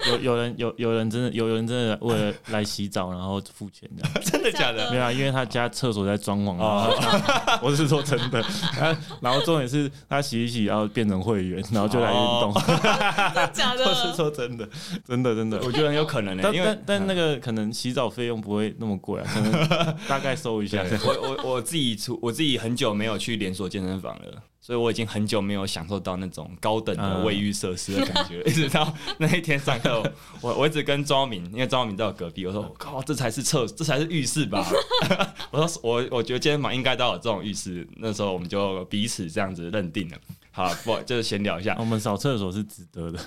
[SPEAKER 3] 有有人有有人真的有人真的为了来洗澡然后付钱这样，
[SPEAKER 1] 真的假的？
[SPEAKER 3] 没有啊？因为他家厕所在装潢啊，
[SPEAKER 1] 哦，
[SPEAKER 3] 我是说真的。然后然后重点是他洗一洗，然后变成会员，然后就来运动，
[SPEAKER 2] 真的假
[SPEAKER 3] 我是
[SPEAKER 2] 的？
[SPEAKER 3] 说真的，真的真的。
[SPEAKER 1] 我觉得很有可能的、欸
[SPEAKER 3] 但
[SPEAKER 1] 因为嗯
[SPEAKER 3] 但但那个可能洗澡费用不会那么贵啊，可能 大概收一下。
[SPEAKER 1] 对我我我自己出我自己很久没有去连锁健身房了，所以我已经很久没有享受到那种高等
[SPEAKER 3] 嗯
[SPEAKER 1] 的卫浴设施的感觉，一直 到那一天上课，我我一直跟庄敏，因为庄敏在我隔壁，我
[SPEAKER 3] 嗯
[SPEAKER 1] 说我靠，这才是厕，这才是浴室吧？ 我说我我觉得健身房应该都有这种浴室，那时候我们就彼此这样子认定了。好，不就是闲聊一下，
[SPEAKER 3] 我们扫厕所是值得的。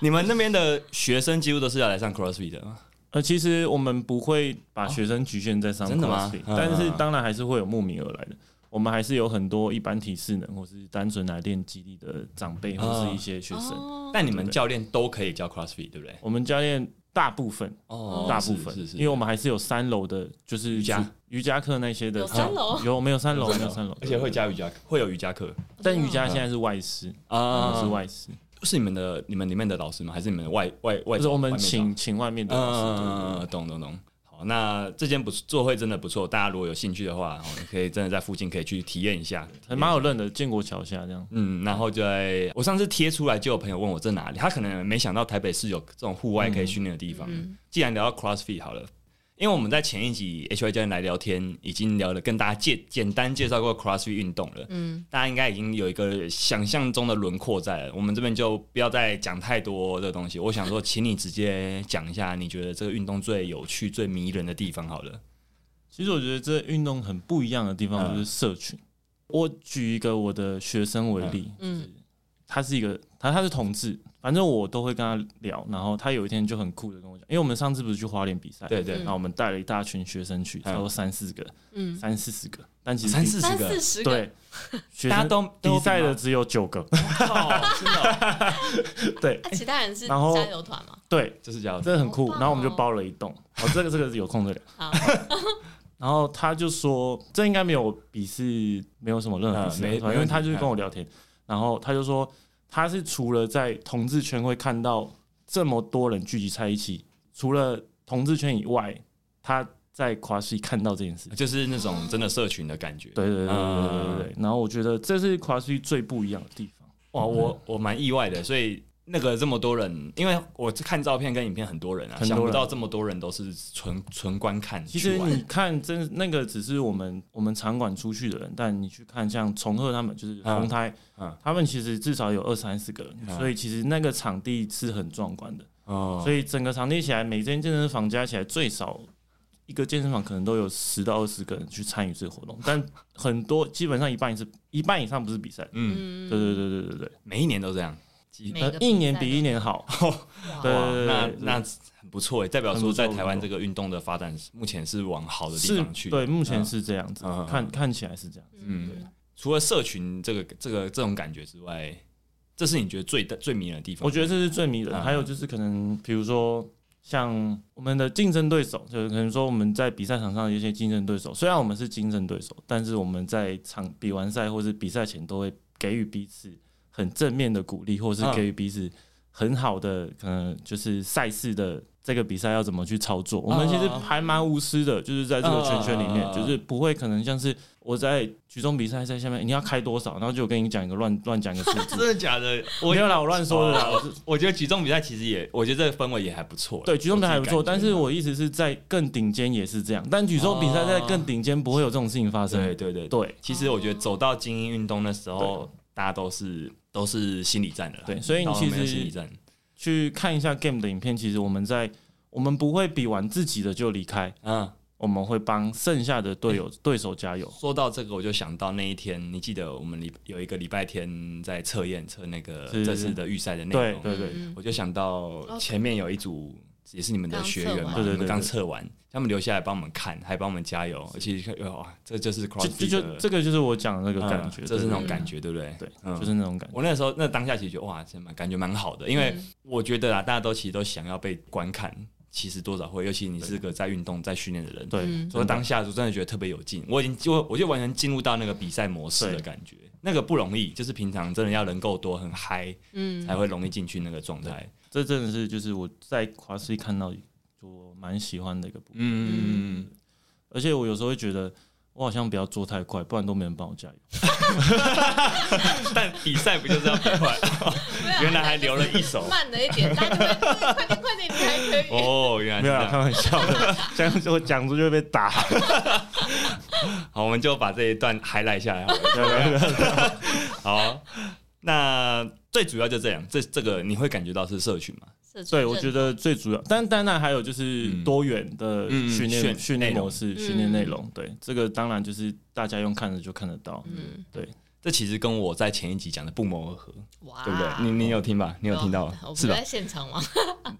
[SPEAKER 1] 你们那边的学生几乎都是要来上 CrossFit 的吗？
[SPEAKER 3] 呃，其实我们不会把学生局限在上
[SPEAKER 1] 哦
[SPEAKER 3] c
[SPEAKER 1] 真
[SPEAKER 3] r
[SPEAKER 1] 的吗
[SPEAKER 3] o s
[SPEAKER 1] 嗯
[SPEAKER 3] 但是当然还是会有慕名而来的。我们还是有很多一般体适能或是单纯来练肌力的长辈或
[SPEAKER 1] 嗯
[SPEAKER 3] 是一些学生。
[SPEAKER 2] 哦
[SPEAKER 1] 但你们教练都可以教 CrossFit，对不对？
[SPEAKER 3] 我们教练大部分
[SPEAKER 1] 哦
[SPEAKER 3] 大部分
[SPEAKER 1] 是是，是，
[SPEAKER 3] 因为我们还是有三楼的，就是
[SPEAKER 1] 瑜伽
[SPEAKER 3] 主瑜伽课那些的
[SPEAKER 2] 有三楼
[SPEAKER 3] 有没有三楼？没有三楼，
[SPEAKER 1] 而且会加瑜伽，会有瑜伽课
[SPEAKER 3] 但瑜伽现在是外师，
[SPEAKER 1] 啊
[SPEAKER 3] 是外师。
[SPEAKER 1] 是你们的你们里面的老师吗？还是你们的外外外？
[SPEAKER 3] 就是我
[SPEAKER 1] 外
[SPEAKER 3] 们
[SPEAKER 1] 面的
[SPEAKER 3] 请请外面的老师。对对对
[SPEAKER 1] 嗯，懂懂懂。好，那这间不做会真的不错，大家如果有兴趣的话，哦你可以真的在附近可以去体验一下。
[SPEAKER 3] 还蛮好认的，建国桥下这样。
[SPEAKER 1] 嗯，然后就在我上次贴出来，就有朋友问我这哪里，他可能没想到台北市有这种户外
[SPEAKER 2] 嗯
[SPEAKER 1] 可以训练的地方。既然聊到 CrossFit 好了，因为我们在前一集 HY 教练来聊天，已经聊了跟大家介简单介绍过 CrossFit 运动了。
[SPEAKER 2] 嗯，
[SPEAKER 1] 大家应该已经有一个想象中的轮廓在了。我们这边就不要再讲太多的东西。我想说，请你直接讲一下，你觉得这个运动最有趣、最迷人的地方好了。
[SPEAKER 3] 其实我觉得这运动很不一样的地方
[SPEAKER 1] 嗯
[SPEAKER 3] 就是社群。我举一个我的学生为例，
[SPEAKER 2] 嗯
[SPEAKER 3] 嗯，他是一个他他是同志，反正我都会跟他聊，然后他有一天就很酷的跟我讲，因为我们上次不是去花莲比赛，，
[SPEAKER 1] 对对
[SPEAKER 2] 嗯
[SPEAKER 3] 然后我们带了一大群学生去，差不多三四个，
[SPEAKER 2] 嗯，
[SPEAKER 3] 三四十个，但其实
[SPEAKER 1] 三四十
[SPEAKER 2] 三
[SPEAKER 1] 个
[SPEAKER 2] 四，十 个，
[SPEAKER 3] 对，学
[SPEAKER 1] 大家
[SPEAKER 3] 生
[SPEAKER 1] 都都
[SPEAKER 3] 比赛的
[SPEAKER 1] 比
[SPEAKER 3] 只有九个，
[SPEAKER 1] 吗，靠哦真的哦
[SPEAKER 3] 对
[SPEAKER 2] 啊其他人是
[SPEAKER 3] 然后
[SPEAKER 2] 加油团嘛？
[SPEAKER 3] 对，
[SPEAKER 1] 就是这样子。
[SPEAKER 3] 这很酷。
[SPEAKER 2] 好棒哦
[SPEAKER 3] 然后我们就包了一栋，哦，这个这个是有空的聊。
[SPEAKER 2] 好，
[SPEAKER 3] 然后他就说，这应该没有鄙视，没有什么任何鄙视
[SPEAKER 1] 嗯没
[SPEAKER 3] 啊，反
[SPEAKER 1] 没问
[SPEAKER 3] 正
[SPEAKER 1] 题
[SPEAKER 3] 他就是跟我聊天，然后他就说，他是除了在同志圈会看到这么多人聚集在一起，除了同志圈以外，他在 CrossFit 看到这件事。
[SPEAKER 1] 就是那种真的社群的感觉。
[SPEAKER 3] 对对对对对对对对。嗯然后我觉得这是 CrossFit 最不一样的地方。
[SPEAKER 1] 哇，我我蛮意外的，所以那个这么多人，因为我看照片跟影片很多人啊，
[SPEAKER 3] 很多人
[SPEAKER 1] 想不到这么多人都是纯纯观看
[SPEAKER 3] 其
[SPEAKER 1] 去
[SPEAKER 3] 实
[SPEAKER 1] 玩。
[SPEAKER 3] 你看，真那个只是我们我们场馆出去的人，但你去看像崇鹤他们，就是
[SPEAKER 1] 嗯
[SPEAKER 3] 红台，
[SPEAKER 1] 嗯
[SPEAKER 3] 他们其实至少有二三十个人，
[SPEAKER 1] 嗯
[SPEAKER 3] 所以其实那个场地是很壮观的。
[SPEAKER 1] 哦，
[SPEAKER 3] 所以整个场地起来，每间健身房加起来最少一个健身房可能都有十到二十个人去参与这个 活动，但很多基本上一半是一半以上不是比赛。
[SPEAKER 1] 嗯，
[SPEAKER 2] 嗯
[SPEAKER 3] 对对对对对
[SPEAKER 1] 每一年都这样，几
[SPEAKER 2] 每
[SPEAKER 3] 对，
[SPEAKER 2] 个
[SPEAKER 3] 呃，一年比一年好。
[SPEAKER 2] 哇
[SPEAKER 3] 对
[SPEAKER 1] 哇，那
[SPEAKER 3] 对
[SPEAKER 1] 那很不错诶，欸代表
[SPEAKER 3] 很
[SPEAKER 1] 说
[SPEAKER 3] 不错
[SPEAKER 1] 在台湾
[SPEAKER 3] 很
[SPEAKER 1] 这
[SPEAKER 3] 不
[SPEAKER 1] 个运动的发展是目前是往好的地
[SPEAKER 3] 是
[SPEAKER 1] 方，去。
[SPEAKER 3] 对，目前是这样子，
[SPEAKER 1] 嗯嗯嗯
[SPEAKER 3] 看看起来是这样。
[SPEAKER 1] 嗯，除了社群这个这个这种感觉之外，这是你觉得最最迷人的地方吗？
[SPEAKER 3] 我觉得这是最迷
[SPEAKER 1] 嗯
[SPEAKER 3] 人。还有就是可能，比如说像我们的竞争对手，就是可能说我们在比赛场上的一些竞争对手，虽然我们是竞争对手，但是我们在场比完赛或是比赛前都会给予彼此很正面的鼓励，或是
[SPEAKER 1] 嗯
[SPEAKER 3] 给予彼此很好的，可能就是赛事的。这个比赛要怎么去操作？我们其实还蛮无私的，就是在这个圈圈里面
[SPEAKER 1] 嗯嗯嗯嗯嗯，嗯
[SPEAKER 3] 就是不会可能像是我在举重比赛在下面你要开多少，然后就跟你讲一个乱乱讲一个数 字，
[SPEAKER 1] 真的假的？我哦
[SPEAKER 3] 没有啦，我乱说的啦，我是
[SPEAKER 1] 我觉得举重比赛其实也，我觉得这个氛围也还不错啦。
[SPEAKER 3] 对，举重比赛还不错，
[SPEAKER 1] 我自己
[SPEAKER 3] 但
[SPEAKER 1] 感觉
[SPEAKER 3] 是我意思是在更顶尖也是这样，但举重比赛在更顶尖不会有这种事情发生。
[SPEAKER 1] 哦对对对，
[SPEAKER 3] 对
[SPEAKER 1] 其实我觉得走到精英运动的时候，大家都是都是心理战的啦。
[SPEAKER 3] 对所以你
[SPEAKER 1] 到后面
[SPEAKER 3] 其实
[SPEAKER 1] 心理战，
[SPEAKER 3] 去看一下 Game 的影片，其实我们在我们不会比完自己的就离开，
[SPEAKER 1] 嗯，
[SPEAKER 3] 我们会帮剩下的队友对手加油。
[SPEAKER 1] 说到这个，我就想到那一天，你记得我们礼有一个礼拜天在测验测那个
[SPEAKER 3] 是
[SPEAKER 1] 这次的预赛的内
[SPEAKER 3] 对
[SPEAKER 1] 容，
[SPEAKER 3] 对对，
[SPEAKER 2] 嗯
[SPEAKER 1] 我就想到前面有一组也是你们的学员嘛，
[SPEAKER 2] 刚
[SPEAKER 1] 你们
[SPEAKER 3] 测完对对对
[SPEAKER 1] 刚测完，他们留下来帮我们看，还帮我们加油，而且哇，这就是
[SPEAKER 3] 就
[SPEAKER 1] cross
[SPEAKER 3] 就就这个就是我讲的那
[SPEAKER 1] 个
[SPEAKER 3] 个感觉，
[SPEAKER 1] 嗯这是
[SPEAKER 3] 对
[SPEAKER 1] 那种
[SPEAKER 3] 对
[SPEAKER 1] 感觉，对不对？
[SPEAKER 3] 对，
[SPEAKER 1] 嗯
[SPEAKER 3] 就是那种感觉。
[SPEAKER 1] 我那时候那当下其实觉得哇，真蛮感觉蛮好的，因为
[SPEAKER 2] 嗯
[SPEAKER 1] 我觉得啊，大家都其实都想要被观看，其实多少会，尤其你是个在运动在训练的人，
[SPEAKER 3] 对，
[SPEAKER 2] 嗯
[SPEAKER 1] 所以当下就真的觉得特别有劲，我已经就我就完全进入到那个比赛模式的
[SPEAKER 3] 对
[SPEAKER 1] 感觉，那个不容易，就是平常真的要人够多很嗨才
[SPEAKER 2] 嗯，
[SPEAKER 1] 会容易进去那个状态。
[SPEAKER 3] 这真的是就是我在华西看到我蛮喜欢的一个部分，
[SPEAKER 1] 嗯，
[SPEAKER 3] 而且我有时候会觉得我好像不要做太快，不然都没人帮我加油。
[SPEAKER 1] 但比赛不就是要比快？原来还留了一手
[SPEAKER 2] 啊慢了一点，大家就会快点快点，你还可 以。
[SPEAKER 1] 哦，原来是
[SPEAKER 3] 没有
[SPEAKER 1] 这
[SPEAKER 3] 啦，开
[SPEAKER 1] 样。
[SPEAKER 3] 玩 笑的，这样子我讲出就会被打。
[SPEAKER 1] 好，我们就把这一段 highlight 下来好了。
[SPEAKER 3] 对对对
[SPEAKER 1] 好，那最主要就这样，这这个你会感觉到是社群嘛？
[SPEAKER 2] 社群
[SPEAKER 3] 对，我觉
[SPEAKER 2] 认
[SPEAKER 3] 得最主要，但当然还有就是
[SPEAKER 1] 嗯
[SPEAKER 3] 多元的
[SPEAKER 1] 嗯
[SPEAKER 3] 训
[SPEAKER 1] 训
[SPEAKER 3] 练训练
[SPEAKER 1] 内容
[SPEAKER 3] 模式、训练
[SPEAKER 2] 嗯
[SPEAKER 3] 内容。对，这个当然就是大家用看着就看得到。
[SPEAKER 2] 嗯，
[SPEAKER 1] 这其实跟我在前一集讲的不谋而合，
[SPEAKER 2] 哇，
[SPEAKER 1] 对不对？你你有听吧？你有听到吧
[SPEAKER 2] 啊哦我不
[SPEAKER 1] 是吧
[SPEAKER 2] 在？现场吗？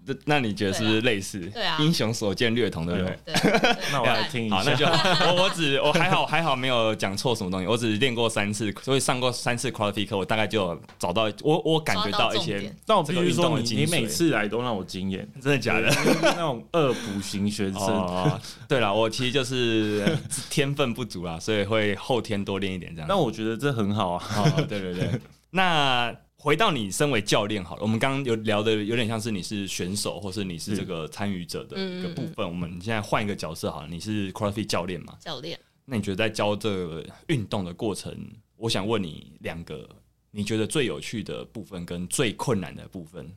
[SPEAKER 1] 这那你觉得是不是类似？
[SPEAKER 2] 对啊
[SPEAKER 1] 英雄所见略同，对不对
[SPEAKER 3] 对？
[SPEAKER 2] 对，对
[SPEAKER 3] 那我来听一
[SPEAKER 1] 好，那
[SPEAKER 3] 下。
[SPEAKER 1] 就好我我只我还好还好没有讲错什么东西，我只练过三次，所以上过三次 quality 课，我大概就有找到我我感觉到一
[SPEAKER 2] 抓到重
[SPEAKER 1] 些
[SPEAKER 2] 点，
[SPEAKER 3] 但我必
[SPEAKER 1] 这个
[SPEAKER 3] 须
[SPEAKER 1] 运动
[SPEAKER 3] 说
[SPEAKER 1] 的
[SPEAKER 3] 你，
[SPEAKER 1] 精
[SPEAKER 3] 你
[SPEAKER 1] 髓
[SPEAKER 3] 每次来都让我惊艳，
[SPEAKER 1] 真的假的？
[SPEAKER 3] 就是那种恶补型学生。
[SPEAKER 1] 哦，对了，我其实就是呃天分不足啦，所以会后天多练一点这样。
[SPEAKER 3] 但我觉得这很好啊。
[SPEAKER 1] 哦，对对对。那回到你身为教练好了，我们刚刚有聊的有点像是你是选手，或是你是这个参与者的嗯一个部分。我们现在换一个角色好了，你是 CrossFit 教练嘛？
[SPEAKER 2] 教练，
[SPEAKER 1] 那你觉得在教这个运动的过程，我想问你两个，你觉得最有趣的部分跟最困难的部分？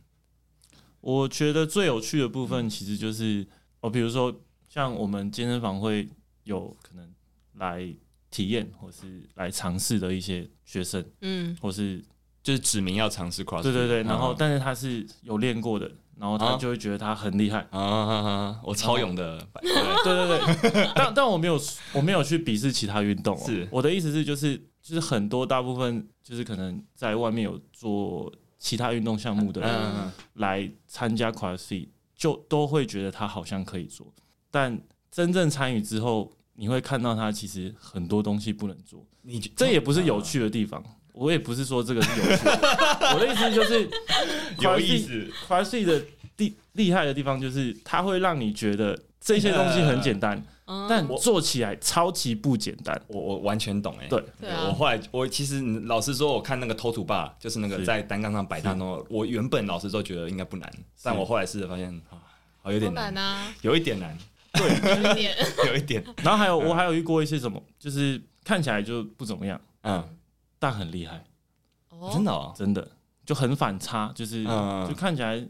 [SPEAKER 3] 我觉得最有趣的部分其实就是，哦，比如说像我们健身房会有可能来体验或是来尝试的一些学生，
[SPEAKER 2] 嗯
[SPEAKER 3] 或是
[SPEAKER 1] 就是指明要尝试 CrossFit，
[SPEAKER 3] 对对对，然后
[SPEAKER 1] 嗯
[SPEAKER 3] 但是他是有练过的，然后
[SPEAKER 1] 啊
[SPEAKER 3] 他就会觉得他很 厉害。
[SPEAKER 1] 啊啊啊啊我超勇的，对
[SPEAKER 3] 对对对，但但我没有我没有去鄙视其他运动、哦，
[SPEAKER 1] 是
[SPEAKER 3] 我的意思是就是就是很多大部分就是可能在外面有做其他运动项目的
[SPEAKER 1] 嗯
[SPEAKER 3] 人
[SPEAKER 1] 嗯嗯
[SPEAKER 3] 来参加 CrossFit，就都会觉得他好像可以做，但真正参与之后，你会看到他其实很多东西不能做，
[SPEAKER 1] 你
[SPEAKER 3] 这也不是有趣的地方。我也不是说这个是有趣的，我的意思就是
[SPEAKER 1] 有
[SPEAKER 3] CrossFit
[SPEAKER 1] 意思，
[SPEAKER 3] c r 的厉厉害的地方就是，它会让你觉得这些东西很简单，
[SPEAKER 2] 嗯
[SPEAKER 3] 但做起来超级不简单。
[SPEAKER 1] 我我完全懂哎、欸。
[SPEAKER 3] 对
[SPEAKER 2] 对啊
[SPEAKER 1] 我后来我其实老实说，我看那个偷土霸，就是那个
[SPEAKER 3] 是
[SPEAKER 1] 在单杠上摆大诺，我原本老实说觉得应该不难，但我后来试着发现啊，好有
[SPEAKER 2] 有
[SPEAKER 1] 点
[SPEAKER 2] 点
[SPEAKER 1] 难，
[SPEAKER 2] 难 啊，
[SPEAKER 1] 有一点难，
[SPEAKER 2] 有一点
[SPEAKER 1] 有一 点，
[SPEAKER 3] 然后还有
[SPEAKER 1] 嗯
[SPEAKER 3] 我还有遇过一些什么，就是看起来就不怎么样，
[SPEAKER 1] 嗯，
[SPEAKER 3] 但很厉害，
[SPEAKER 2] 哦，
[SPEAKER 1] 真的哦，
[SPEAKER 3] 真的就很反差，就是、
[SPEAKER 1] 嗯
[SPEAKER 3] 就看起来，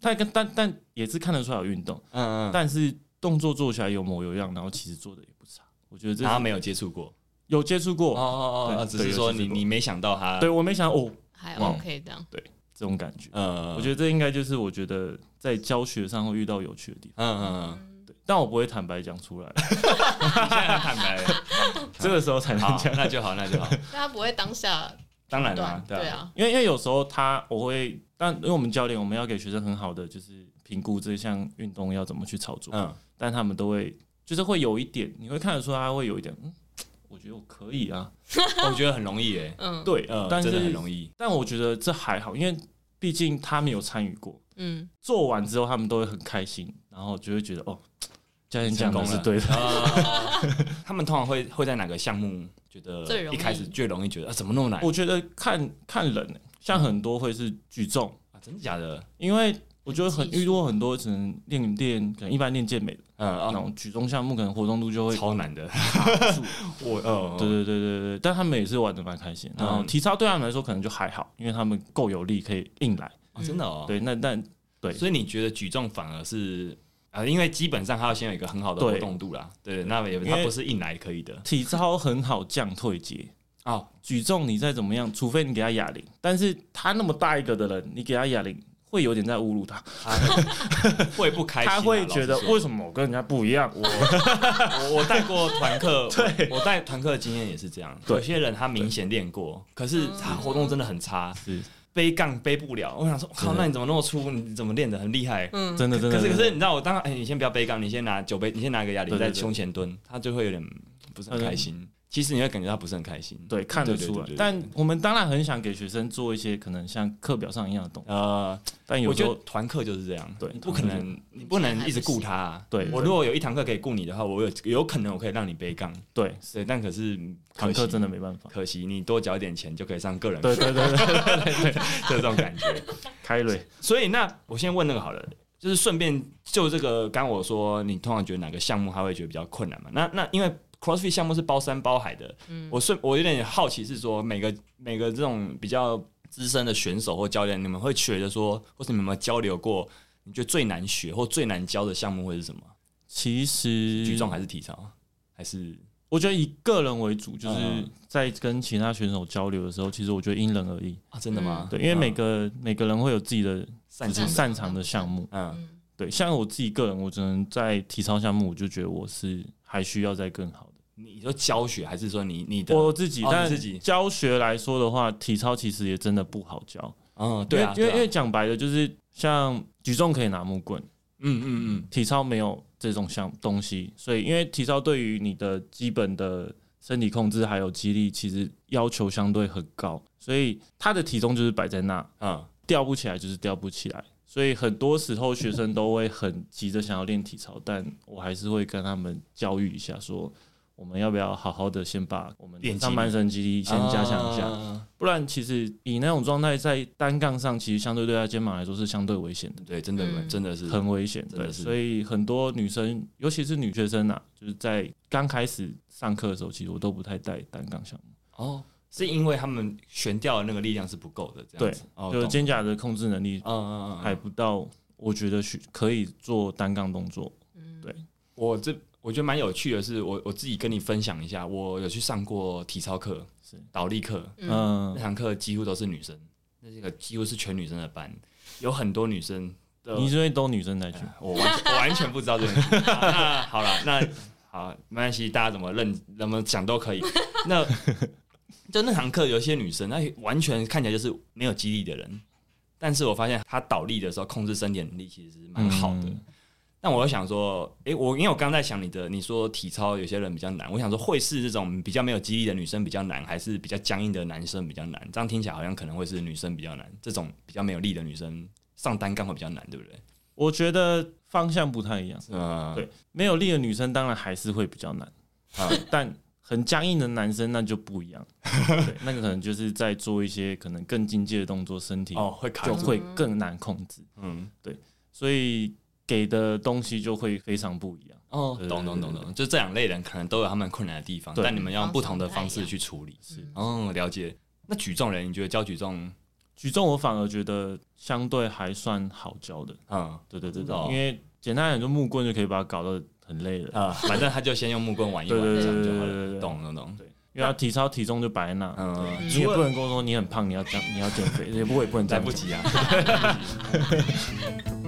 [SPEAKER 3] 但跟但但也是看得出来有运动，
[SPEAKER 1] 嗯嗯，
[SPEAKER 3] 但是动作做起来有模有样，然后其实做的也不差。我觉得这
[SPEAKER 1] 他
[SPEAKER 3] 是
[SPEAKER 1] 没有接触过，
[SPEAKER 3] 有接触
[SPEAKER 1] 哦
[SPEAKER 3] 过，
[SPEAKER 1] 哦
[SPEAKER 3] 对
[SPEAKER 1] 哦，只是
[SPEAKER 3] 对
[SPEAKER 1] 说
[SPEAKER 3] 有接
[SPEAKER 1] 你
[SPEAKER 3] 触过
[SPEAKER 1] 你没想到他，
[SPEAKER 3] 对，我没想到哦
[SPEAKER 2] 还
[SPEAKER 1] 哇
[SPEAKER 2] OK 这样。
[SPEAKER 3] 这种感觉。
[SPEAKER 1] 呃，
[SPEAKER 3] 我觉得这应该就是我觉得在教学上会遇到有趣的地方，
[SPEAKER 1] 嗯嗯
[SPEAKER 3] 对，但我不会坦白讲 出来，
[SPEAKER 1] 嗯，你现在坦白 了，
[SPEAKER 3] 这个时候才能
[SPEAKER 1] 好，
[SPEAKER 3] 讲，
[SPEAKER 1] 那就好，那就好，
[SPEAKER 2] 但他不会当下
[SPEAKER 1] 当然啦
[SPEAKER 2] 断，，
[SPEAKER 1] 对
[SPEAKER 2] 对
[SPEAKER 1] 啊，
[SPEAKER 2] 啊，
[SPEAKER 3] 因为因为有时候他我会，但因为我们教练，我们要给学生很好的就是评估这项运动要怎么去操作，
[SPEAKER 2] 啊
[SPEAKER 1] 嗯，
[SPEAKER 3] 但他们都会就是会有一点，你会看得出他会有一点，嗯，我觉得我可以啊，
[SPEAKER 1] 我觉得很容易诶，
[SPEAKER 2] 嗯
[SPEAKER 3] 对，
[SPEAKER 1] 呃，
[SPEAKER 3] 但
[SPEAKER 1] 真的很
[SPEAKER 3] 是
[SPEAKER 1] 容易，
[SPEAKER 3] 但我觉得这还好，因为毕竟他没有参与过，
[SPEAKER 2] 嗯，
[SPEAKER 3] 做完之后他们都会很开心，然后就会觉得哦，教练讲
[SPEAKER 1] 成
[SPEAKER 3] 的
[SPEAKER 1] 功
[SPEAKER 3] 是
[SPEAKER 1] 了
[SPEAKER 3] 对的，
[SPEAKER 1] 呃他们通常会会在哪个项目觉
[SPEAKER 2] 最
[SPEAKER 1] 得
[SPEAKER 2] 容
[SPEAKER 1] 一
[SPEAKER 2] 易
[SPEAKER 1] 开始最容易觉得啊，怎么那么难
[SPEAKER 3] 我觉得看看人、欸，像很多会是举重，
[SPEAKER 1] 啊？真的假的？
[SPEAKER 3] 因为我觉得很
[SPEAKER 2] 技术
[SPEAKER 3] 遇过很多只能练练，可能一般练健美的
[SPEAKER 1] 嗯
[SPEAKER 3] 那
[SPEAKER 1] 啊，
[SPEAKER 3] 种举重项目，可能活动度就会
[SPEAKER 1] 超难的，
[SPEAKER 3] 卡 住。
[SPEAKER 1] 我呃
[SPEAKER 3] 对对对对对，但他们也是玩的蛮开心。然后
[SPEAKER 1] 嗯
[SPEAKER 3] 体操对他们来说可能就还好，因为他们够有力可以硬来。
[SPEAKER 1] 哦真的哦，
[SPEAKER 3] 对，那但嗯对
[SPEAKER 1] 所以你觉得举重反而是啊，因为基本上它要先有一个很好的
[SPEAKER 3] 对
[SPEAKER 1] 活动度啦，对，那也
[SPEAKER 3] 为
[SPEAKER 1] 它不是硬来可以 的
[SPEAKER 3] 体操很好降退阶，
[SPEAKER 1] 哦，
[SPEAKER 3] 举重你再怎么样，除非你给他哑铃，但是他那么大一个的人，你给他哑铃。会有点在侮辱他，
[SPEAKER 1] 它会不开心啊，
[SPEAKER 3] 他会觉得
[SPEAKER 1] 老实说
[SPEAKER 3] 为什么我跟人家不一样？我
[SPEAKER 1] 我我带过团课， 对我带团课的经验也是这样，
[SPEAKER 3] 对
[SPEAKER 1] 有些人他明显练过，可是他活动真的很差，
[SPEAKER 3] 是
[SPEAKER 1] 背杠背不了。我想说，靠，
[SPEAKER 3] 真的
[SPEAKER 1] 那你怎么那么粗？你怎么练的很厉害？
[SPEAKER 2] 嗯
[SPEAKER 3] 真的真的，
[SPEAKER 1] 可是可
[SPEAKER 3] 真
[SPEAKER 1] 是
[SPEAKER 3] 的
[SPEAKER 1] 你知道我当哎，你先不要背杠，你先拿酒杯，你先拿个哑铃
[SPEAKER 3] 对对
[SPEAKER 1] 在
[SPEAKER 3] 对嗯
[SPEAKER 1] 胸前蹲，他就会有点不是很开心。其实你会感觉他不是很开心，
[SPEAKER 3] 对，看得
[SPEAKER 1] 对对
[SPEAKER 3] 出
[SPEAKER 1] 对
[SPEAKER 3] 来
[SPEAKER 1] 对对。
[SPEAKER 3] 但我们当然很想给学生做一些可能像课表上一样的动作，
[SPEAKER 1] 呃，
[SPEAKER 3] 但哎有
[SPEAKER 1] 我
[SPEAKER 3] 时
[SPEAKER 1] 觉得
[SPEAKER 3] 候
[SPEAKER 1] 团课就是这样，
[SPEAKER 3] 对嗯
[SPEAKER 1] 你不可能，你不能一直顾他啊。
[SPEAKER 3] 对
[SPEAKER 1] 我如果有一堂课可以顾你的话，我有有可能我可以让你背杠，
[SPEAKER 3] 对
[SPEAKER 1] 对，但可是
[SPEAKER 3] 堂
[SPEAKER 1] 可
[SPEAKER 3] 课
[SPEAKER 1] 惜
[SPEAKER 3] 真的没办法。
[SPEAKER 1] 可惜你多缴一点钱就可以上个人课
[SPEAKER 3] 对对对对，
[SPEAKER 1] 这种感觉。
[SPEAKER 3] 开瑞
[SPEAKER 1] 所以那我先问那个好了，就是顺便就这个，刚我说你通常觉得哪个项目他会觉得比较困难嘛？那那因为 CrossFit 项目是包山包海的，
[SPEAKER 2] 嗯，
[SPEAKER 1] 我顺我有点好奇是说每个每个这种比较资深的选手或教练，你们会觉得说，或是你们有没有交流过？你觉得最难学或最难教的项目会是什么？
[SPEAKER 3] 其实
[SPEAKER 1] 举重，还是体操？还是
[SPEAKER 3] 我觉得以个人为主，就是
[SPEAKER 1] 嗯
[SPEAKER 3] 在跟其他选手交流的时候，其实我觉得因人而异。
[SPEAKER 1] 啊，真的吗？
[SPEAKER 3] 对，因为每
[SPEAKER 1] 嗯
[SPEAKER 3] 个每个人会有自己的
[SPEAKER 1] 擅长
[SPEAKER 3] 就是
[SPEAKER 1] 的
[SPEAKER 3] 擅长的项目。
[SPEAKER 1] 嗯
[SPEAKER 2] 嗯
[SPEAKER 3] 对，像我自己个人，我只能在体操项目，我就觉得我是还需要再更好的。
[SPEAKER 1] 你说教学还是说你你的
[SPEAKER 3] 我自己，
[SPEAKER 1] 哦你
[SPEAKER 3] 但
[SPEAKER 1] 自己
[SPEAKER 3] 教学来说的话，体操其实也真的不好教。
[SPEAKER 1] 嗯对啊
[SPEAKER 3] 因为因为
[SPEAKER 1] 对
[SPEAKER 3] 因
[SPEAKER 1] 啊
[SPEAKER 3] 为讲白了，就是像举重可以拿木棍，
[SPEAKER 1] 嗯嗯嗯
[SPEAKER 3] 体操没有这种项东西，所以因为体操对于你的基本的身体控制还有肌力，其实要求相对很高，所以它的体重就是摆在那，
[SPEAKER 1] 嗯
[SPEAKER 3] 吊不起来就是吊不起来。所以很多时候学生都会很急着想要练体操，但我还是会跟他们教育一下说。我们要不要好好的先把我们
[SPEAKER 1] 练肌力
[SPEAKER 3] 的上半身肌力先加强一下？
[SPEAKER 1] 啊
[SPEAKER 3] 不然其实以那种状态在单杠上，其实相对对他肩膀来说是相对危险的，
[SPEAKER 1] 对，真的、
[SPEAKER 2] 嗯
[SPEAKER 1] 真的是
[SPEAKER 3] 很危险。
[SPEAKER 1] 真的
[SPEAKER 3] 对，
[SPEAKER 1] 是
[SPEAKER 3] 所以很多女生，尤其是女学生啊，就是在刚开始上课的时候，其实我都不太带单杠项目，
[SPEAKER 1] 哦，是因为他们悬吊的那个力量是不够的，这样子。哦
[SPEAKER 3] 就是
[SPEAKER 1] 懂
[SPEAKER 3] 肩胛的控制能力
[SPEAKER 1] 嗯嗯嗯
[SPEAKER 3] 还
[SPEAKER 1] 嗯，
[SPEAKER 3] 不到，我觉得去可以做单杠动作。
[SPEAKER 2] 嗯
[SPEAKER 3] 对
[SPEAKER 1] 我这我觉得蛮有趣的是，我我自己跟你分享一下，我有去上过体操课，
[SPEAKER 3] 是
[SPEAKER 1] 倒立课，
[SPEAKER 2] 嗯
[SPEAKER 3] 嗯
[SPEAKER 1] 那，堂课几乎都是女生，那这个几乎是全女生的班，有很多女生 的。
[SPEAKER 3] 呃你是因为都女生在去，
[SPEAKER 1] 我完全我完全不知道这个东西。 好那好了，那好，没关系，大家怎么认怎么讲都可以。那就那堂课，有一些女生，那完全看起来就是没有肌力的人，但是我发现她倒立的时候控制身体的能力其实 蛮好的。
[SPEAKER 3] 嗯
[SPEAKER 1] 但我又想说，诶、我因为我刚刚在想你的，你说体操有些人比较难，我想说会是这种比较没有肌力的女生比较难，还是比较僵硬的男生比较难？这样听起来好像可能会是女生比较难，这种比较没有力的女生上单杠会比较难，对不对？
[SPEAKER 3] 我觉得方向不太一样。
[SPEAKER 1] 嗯，
[SPEAKER 3] 对没有力的女生当然还是会比较 难，啊，但很僵硬的男生那就 不一样。对，那个可能就是在做一些可能更进阶的动作，身体
[SPEAKER 1] 哦，会卡
[SPEAKER 3] 就
[SPEAKER 1] 住，
[SPEAKER 3] 会更难控制，
[SPEAKER 1] 嗯，
[SPEAKER 3] 所以给的东西就会非常不一样。
[SPEAKER 1] 哦，
[SPEAKER 3] 对
[SPEAKER 1] 懂懂懂懂，就这两类人可能都有他们困难的地方，
[SPEAKER 3] 对
[SPEAKER 1] 但你们要用不同的
[SPEAKER 2] 方
[SPEAKER 1] 方
[SPEAKER 2] 式不太一
[SPEAKER 1] 式
[SPEAKER 2] 样
[SPEAKER 1] 去处理。
[SPEAKER 3] 是
[SPEAKER 1] 哦，了解。那举重人，你觉得教举重，
[SPEAKER 3] 举重，我反而觉得相对还算好教的。
[SPEAKER 1] 嗯
[SPEAKER 3] 对对对
[SPEAKER 1] 真
[SPEAKER 3] 对
[SPEAKER 1] 的哦，
[SPEAKER 3] 因为简单点，就木棍就可以把它搞得很累了。
[SPEAKER 1] 啊，反正他就先用木棍玩一
[SPEAKER 3] 对
[SPEAKER 1] 玩，
[SPEAKER 3] 对
[SPEAKER 1] 这
[SPEAKER 3] 对对
[SPEAKER 1] 样就
[SPEAKER 3] 对
[SPEAKER 1] 好
[SPEAKER 3] 对
[SPEAKER 1] 了。
[SPEAKER 3] 对，
[SPEAKER 1] 懂懂懂，
[SPEAKER 3] 对，因为他体操体重就摆在那，
[SPEAKER 1] 嗯，
[SPEAKER 3] 你也不
[SPEAKER 1] 啊
[SPEAKER 3] 能跟我说你很胖，你要这样，你要减肥，也不我也不能这
[SPEAKER 1] 来
[SPEAKER 3] 样
[SPEAKER 1] 不
[SPEAKER 3] 讲。
[SPEAKER 1] 及啊。